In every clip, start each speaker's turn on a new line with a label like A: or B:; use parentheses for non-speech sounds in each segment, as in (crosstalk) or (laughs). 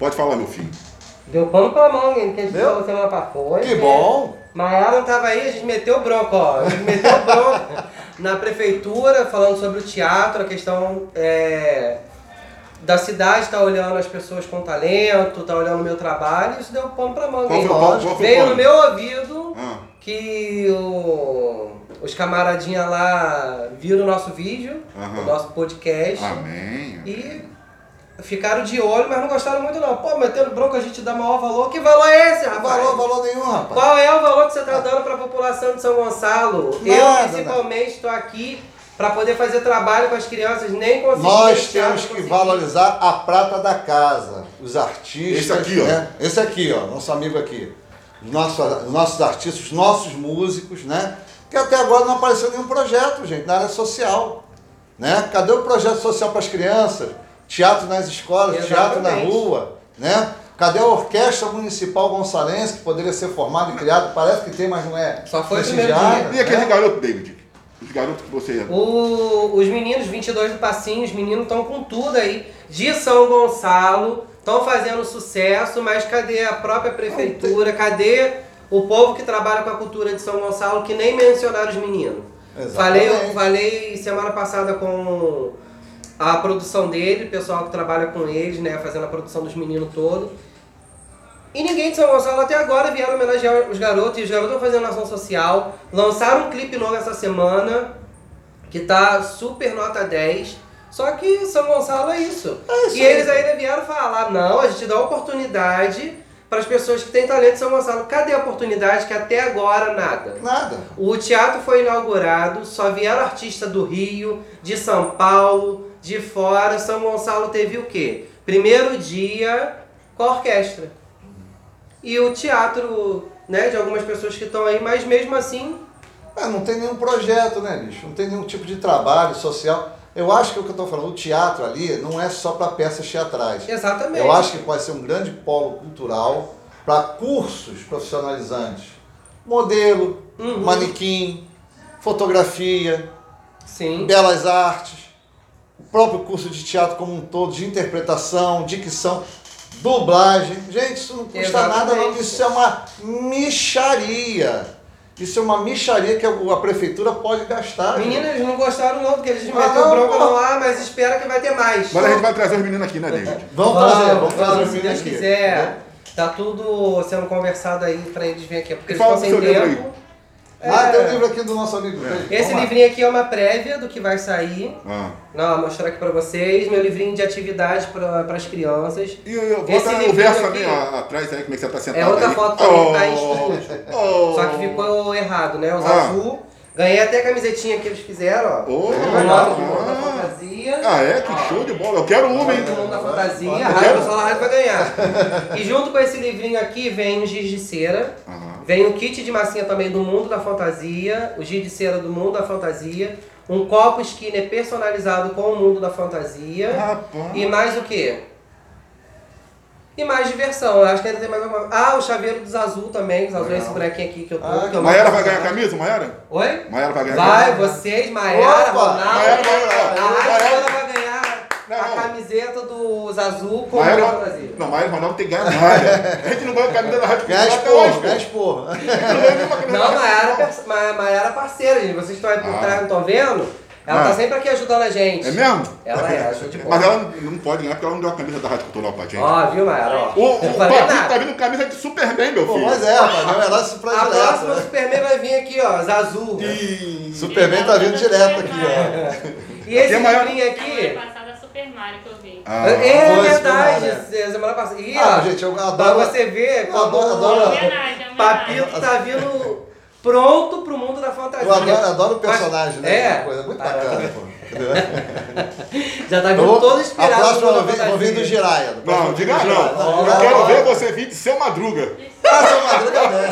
A: Pode falar, meu filho.
B: Deu pano pra manga, hein, que a gente
C: Deu?
B: falou semana pra foi.
C: Que
B: né?
C: bom.
B: Mas ela não tava aí, a gente meteu bronco, ó. A gente meteu bronco (laughs) na prefeitura, falando sobre o teatro, a questão é, da cidade tá olhando as pessoas com talento, tá olhando o meu trabalho, isso deu pão pra manga.
A: Qual
B: hein?
A: foi o pão? Qual foi o
B: Veio
A: pão?
B: no meu ouvido
A: Ah.
B: que o- os camaradinha lá viram o nosso vídeo,
A: Aham.
B: o nosso podcast.
A: Amém.
B: E ficaram de olho, mas não gostaram muito não. Pô, metendo bronca a gente dá maior valor. Que valor é esse, rapaz?
C: Ah, Valor, valor nenhum, rapaz.
B: Qual é o valor que você está dando para a população de São Gonçalo?
C: Nada,
B: eu principalmente estou aqui para poder fazer trabalho com as crianças, nem consegui.
C: Nós
B: esse ano
C: temos que
B: consegui.
C: valorizar a prata da casa, os artistas.
A: Esse aqui, ó.
C: né? Esse aqui, ó, nosso amigo aqui. Os Nosso, os nossos artistas, os nossos músicos, né? Que até agora não apareceu nenhum projeto, gente, na área social. Né? Cadê o projeto social para as crianças? Teatro nas escolas, teatro na
B: Exatamente.
C: rua, né? Cadê a Orquestra Municipal Gonçalense, que poderia ser formada e criada? Parece que tem, mas não é.
B: Só foi o primeiro
C: prestigiada,
B: dia.
A: E aquele
C: né?
A: garoto, David? Os garotos que você. é.
B: O- os meninos, 22 do Passinho, os meninos estão com tudo aí. De São Gonçalo, estão fazendo sucesso, mas cadê a própria prefeitura? Cadê o povo que trabalha com a cultura de São Gonçalo que nem mencionaram os meninos? Falei,
C: Exatamente.
B: falei semana passada com a produção dele, o pessoal que trabalha com eles, né, fazendo a produção dos meninos todos. E ninguém de São Gonçalo até agora vieram homenagear os garotos, e os garotos estão fazendo ação social. Lançaram um clipe novo essa semana, que tá super nota 10. Só que São Gonçalo é isso.
C: isso
B: e
C: aí.
B: eles ainda vieram falar, não, a gente dá oportunidade para as pessoas que têm talento em São Gonçalo. Cadê a oportunidade que até agora nada?
C: Nada.
B: O teatro foi inaugurado, só vieram artistas do Rio, de São Paulo, de fora. São Gonçalo teve o quê? Primeiro dia com a orquestra. E o teatro, né, de algumas pessoas que estão aí, mas mesmo assim,
C: É, não tem nenhum projeto, né, bicho? Não tem nenhum tipo de trabalho social. Eu acho que é o que eu tô falando, o teatro ali não é só para peças teatrais.
B: exatamente.
C: Eu acho que pode ser um grande polo cultural para cursos profissionalizantes. Modelo,
B: Uhum.
C: manequim, fotografia,
B: Sim.
C: belas artes, o próprio curso de teatro como um todo, de interpretação, dicção, dublagem. Gente, isso não custa nada, não.
B: Exatamente.
C: Isso é uma micharia. Isso é uma micharia que a prefeitura pode gastar. gente.
B: Meninas não gostaram não, porque eles
C: Ah,
B: meteram
C: não,
B: bronca
C: não.
B: no ar, mas espera que vai ter mais.
A: Mas a gente vai trazer os meninos aqui, né, David?
C: Vamos trazer,
B: Vamos,
C: vamos assim, né, trazer os
B: se
C: meninos
B: Deus
C: aqui.
B: quiser.
C: entendeu?
B: Tá tudo sendo conversado aí pra eles virem aqui, porque
A: E
B: eles
A: fala
B: estão sem
A: do seu livro
B: tempo.
C: Ah,
B: É.
C: tem um livro aqui do nosso amigo. Pedro.
B: Esse
C: Vamos lá.
B: livrinho aqui é uma prévia do que vai sair.
A: Ah.
B: Não, vou mostrar aqui pra vocês. Meu livrinho de atividade para as crianças.
A: E eu,
B: Esse
A: bota o
B: livrinho
A: verso
B: aqui-
A: ali ó, atrás aí, como é que você tá sentado.
B: É outra
A: aí.
B: foto também que tá em
A: Oh,
B: estúdio.
A: oh.
B: Só que ficou errado, né? Os
A: Ah.
B: azul. Ganhei até a camisetinha que eles fizeram, ó.
A: Oh,
B: o lado do
A: ah.
B: mundo da fantasia.
A: Ah, é? Que
B: Ó,
A: show de bola. Eu quero uma, hein?
B: Todo mundo da fantasia,
C: Olha.
B: a Rádio Pessoal da Rádio vai ganhar. E junto com esse livrinho aqui vem o giz de cera,
A: Aham.
B: vem o kit de massinha também do mundo da fantasia, o giz de cera do mundo da fantasia, um copo skinner personalizado com o mundo da fantasia.
A: Rapaz.
B: E mais o quê? E mais diversão, eu acho que ainda tem mais alguma Ah, o chaveiro dos azul também, os azul é esse bonequinho aqui que eu tô.
C: Ah,
B: que eu
A: Maiara
B: não-
A: vai ganhar camisa, Maiara?
B: Oi?
A: Maiara vai ganhar
B: Vai,
A: camisa.
B: vocês, Maiara,
C: Opa!
B: Ronaldo.
A: Maiara, Maiara,
B: a Rádio
A: Maiara.
B: Banda vai ganhar
A: Não, não.
B: a camiseta dos azul com o meu
A: Maiara,
B: Brasil.
A: não, Maiara Ronaldo tem que ganhar nada. A gente não ganha camisa da Rádio
C: Ganha
A: Cultural até
C: esporro,
A: hoje,
C: ganha
A: pô.
C: esporro.
A: A gente não ganha nenhuma camisa
B: Não,
A: da
B: Maiara, é
A: Rádio Cultural.
B: perso- Ma- Maiara é parceira, gente. Vocês estão aí por
A: Ah.
B: trás, não estão vendo? Ela
A: Ah.
B: tá sempre aqui ajudando a gente.
A: É mesmo?
B: Ela é, ajuda de bola.
A: Mas ela não pode ganhar porque ela não deu a camisa da Rádio Cultural pra gente.
B: Ó, viu, Maiara? Ó.
A: O, o
B: não falei
A: Patrick tá
B: nada.
A: vindo camisa de Superman, meu
C: Pô,
A: filho.
C: mas é, rapaz, meu herói se
B: A
A: né?
B: próxima
C: direto.
B: Superman vai vir aqui, ó, os azul.
A: E...
C: Superman tá vindo direto aqui,
B: E esse
A: Aqui é maior-
B: livrinho aqui.
D: Semana passada Super Mario que eu vi.
A: Ah,
B: é
C: Foi
B: verdade, é
C: semana,
B: semana passada. Ih,
C: né? Ah,
B: ó,
C: gente, eu adoro-
B: Pra você ver,
C: eu
B: como
C: adoro-
D: É
C: adoro-
D: homenagem, é
B: o
D: homenagem.
B: Papito tá vindo pronto pro mundo da
C: ó.
B: fantasia.
C: Eu adoro, adoro o personagem, né?
B: É.
C: Uma coisa muito
B: Ah,
C: bacana, pô. Entendeu?
B: Já tá
C: Eu
B: vindo
C: vou-
B: todo
C: a
B: inspirado no
C: próxima eu
B: mundo da
C: vou, vou vir do
B: fantasia.
C: Jiraya.
A: Não, diga não.
B: (laughs) não,
A: Eu
B: não,
A: quero
B: não.
A: ver você vir de seu madruga.
C: Ah, seu Madruga né?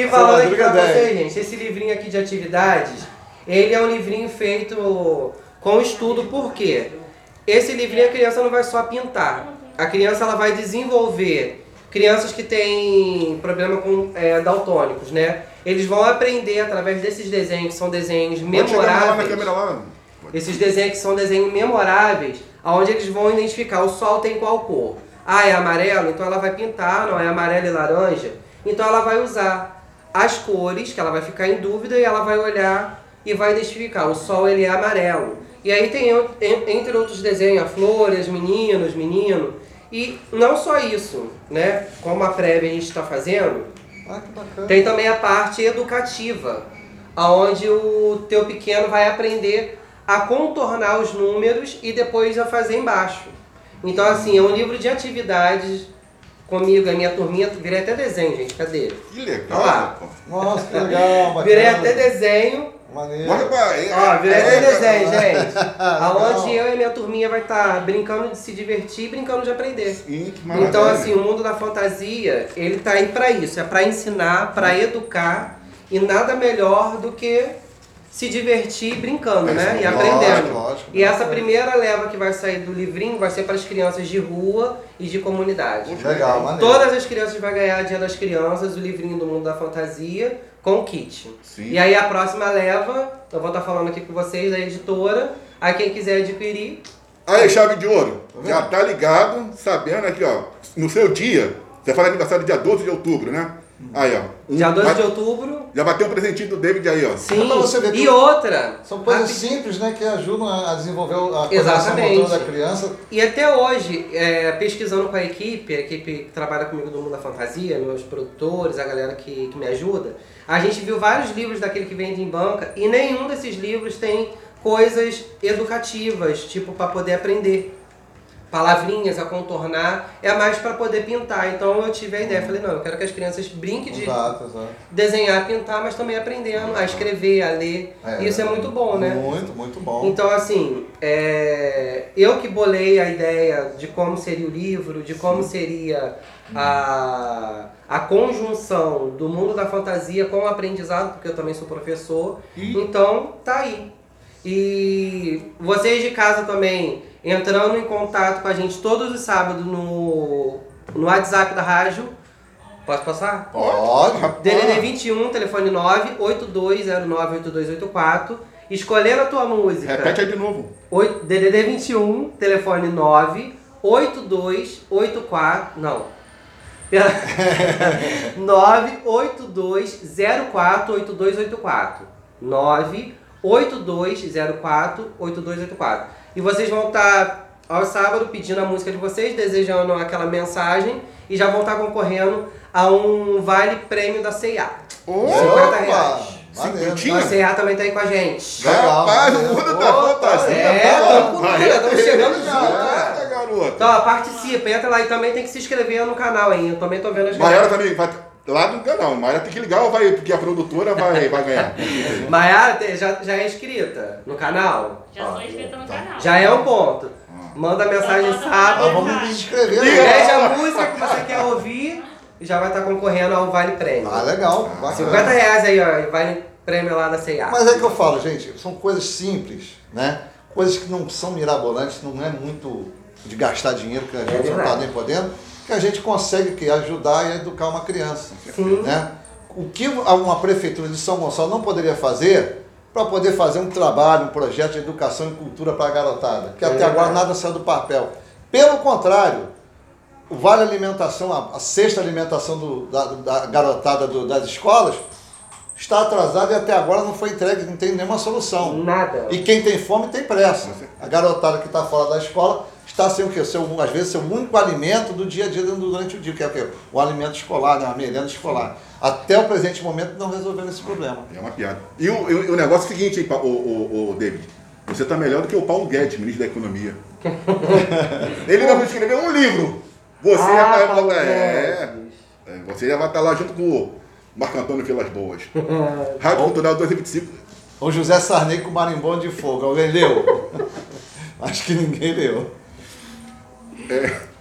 B: E falando aqui pra
A: né?"
C: Madruga
B: vocês, gente, esse livrinho aqui de atividades, ele é um livrinho feito com estudo, por quê? Esse livrinho a criança não vai só pintar. A criança ela vai desenvolver. Crianças que têm problema com é, daltônicos, né? Eles vão aprender através desses desenhos, que são desenhos
A: Pode chegar lá na
B: memoráveis.
A: câmera lá.
B: Esses desenhos que são desenhos memoráveis, onde eles vão identificar o sol tem qual cor. Ah, é amarelo? Então ela vai pintar, não é amarelo e laranja? Então ela vai usar as cores, que ela vai ficar em dúvida, e ela vai olhar e vai identificar. O sol, ele é amarelo. E aí tem, en- en- entre outros desenhos, a flores, meninos, menino. E não só isso, né? Como a prévia a gente está fazendo,
C: Ah, que bacana.
B: tem também a parte educativa, aonde o teu pequeno vai aprender a contornar os números e depois a fazer embaixo. Então, assim, é um livro de atividades comigo, a minha turminha, virei até desenho, gente, cadê?
A: Que legal,
B: Olha lá.
A: né, pô.
C: Nossa, que legal, bacana.
B: Virei até desenho,
C: Maneiro.
A: Olha pra ele.
B: ó, Ah, virei até
A: É,
B: desenho, (laughs) gente.
C: Legal.
B: Aonde eu e a minha turminha vai estar brincando de se divertir e brincando de aprender.
A: Sim, que maravilha.
B: Então, assim, o mundo da fantasia, ele tá aí pra isso, é pra ensinar, pra educar e nada melhor do que se divertir brincando, né? E
A: Lógico,
B: aprendendo.
C: lógico.
B: E essa primeira leva que vai sair do livrinho vai ser para as crianças de rua e de comunidade.
C: Legal, maneiro.
B: Todas as crianças vai ganhar Dia das Crianças, o livrinho do mundo da fantasia com o kit.
A: Sim.
B: E aí a próxima leva, eu vou estar falando aqui com vocês da editora. Aí quem quiser adquirir,
A: Aí, chave de ouro. Já tá ligado, sabendo aqui, ó. No seu dia, você fala aniversário dia 12 de outubro, né? Aí, ó. um-
B: dia 12
A: vai-
B: de outubro.
A: Já bateu um presentinho do David aí, ó.
B: Sim.
C: pra você ver
B: e
C: que-
B: outra.
C: São coisas
B: rapidinho.
C: simples, né, que ajudam a a desenvolver a coordenação
B: Exatamente.
C: motora da criança.
B: E até hoje, é, pesquisando com a equipe, a equipe que trabalha comigo do Mundo da Fantasia, meus produtores, a galera que, que me ajuda, a gente viu vários livros daquele que vende em banca e nenhum desses livros tem coisas educativas, tipo para poder aprender. Palavrinhas a contornar, é mais para poder pintar. Então eu tive a ideia, falei, não, eu quero que as crianças brinquem de
C: Exato, exato.
B: desenhar, pintar, mas também aprendendo a escrever, a ler.
C: É,
B: Isso é muito bom, né?
C: Muito, muito bom.
B: Então, assim, é, eu que bolei a ideia de como seria o livro, de como seria a, a conjunção do mundo da fantasia com o aprendizado, porque eu também sou professor. Então, tá aí. E vocês de casa também entrando em contato com a gente todos os sábados no, no WhatsApp da rádio. Posso passar?
C: Pode.
B: DDD 21, telefone 9 8209-8284. Escolhendo a tua música.
A: Repete aí de novo.
B: Oi- DDD 21, telefone 9 8284. Não. (laughs) Pela- 982048284. 982048284. E vocês vão estar ao sábado pedindo a música de vocês, desejando aquela mensagem e já vão estar concorrendo a um vale prêmio da CIA.
A: Ô,
B: 50 reais.
C: Maneiro.
A: Cinquentinha?
B: A CIA também tá aí com a gente.
C: Legal,
A: Rapaz, o
C: maneiro.
A: mundo da
C: Opa,
A: fantasia.
B: é,
A: tá
B: tamo com tudo, tamo chegando junto, cara.
A: Caraca, garota.
B: Então, ó, participa, entra lá e também tem que se inscrever no canal, hein? Eu também tô vendo as
A: Maiara também vai. Lá no canal, Maiara tem que ligar ou vai, porque a produtora vai, vai ganhar.
B: Maiara te- já, já é inscrita no canal?
D: Já
B: Ó,
D: sou inscrita
C: Tá.
D: no canal.
B: já é um ponto. Manda mensagem
D: Só manda
C: Então
B: sábado,
D: mensagem.
C: vamos me inscrever.
B: pede
C: né?
B: a música que você quer ouvir e já vai estar concorrendo ao Vale Prêmio.
C: Ah, legal. bacana.
B: 50 reais aí, ó, e Vale Prêmio lá da CIA.
C: Mas é que eu falo, gente, são coisas simples, né? Coisas que não são mirabolantes, não é muito de gastar dinheiro, que a gente não está
B: É verdade.
C: nem podendo, que a gente consegue que, é ajudar e educar uma criança.
B: Sim.
C: Né? O que uma prefeitura de São Gonçalo não poderia fazer para poder fazer um trabalho, um projeto de educação e cultura para a garotada, que
B: É
C: até agora
B: verdade.
C: nada saiu do papel. Pelo contrário, o Vale Alimentação, a, a sexta alimentação do- da, da garotada do- das escolas, está atrasada e até agora não foi entregue, não tem nenhuma solução.
B: Nada.
C: E quem tem fome tem pressa. A garotada que está fora da escola está sem o quê? Seu, às vezes seu único alimento do dia a dia durante o dia, que é o quê? O alimento escolar, né? a merenda escolar. Até o presente momento não resolveram esse problema.
A: É uma piada. E o, e o- e o negócio é o seguinte, hein, Pa- o, o, o David. Você tá melhor do que o Paulo Guedes, ministro da
B: (laughs)
A: Economia. Ele não escreveu um livro. Você
B: Ah,
A: já
B: Paulo
A: vai. É,
B: Guedes.
A: é, você já vai estar lá junto com o Marco Antônio Vilas
B: (laughs)
A: Boas. Rádio Cultural 225.
C: O José Sarney com marimbão (laughs) de fogo. Alguém leu? Acho que ninguém leu.
A: É,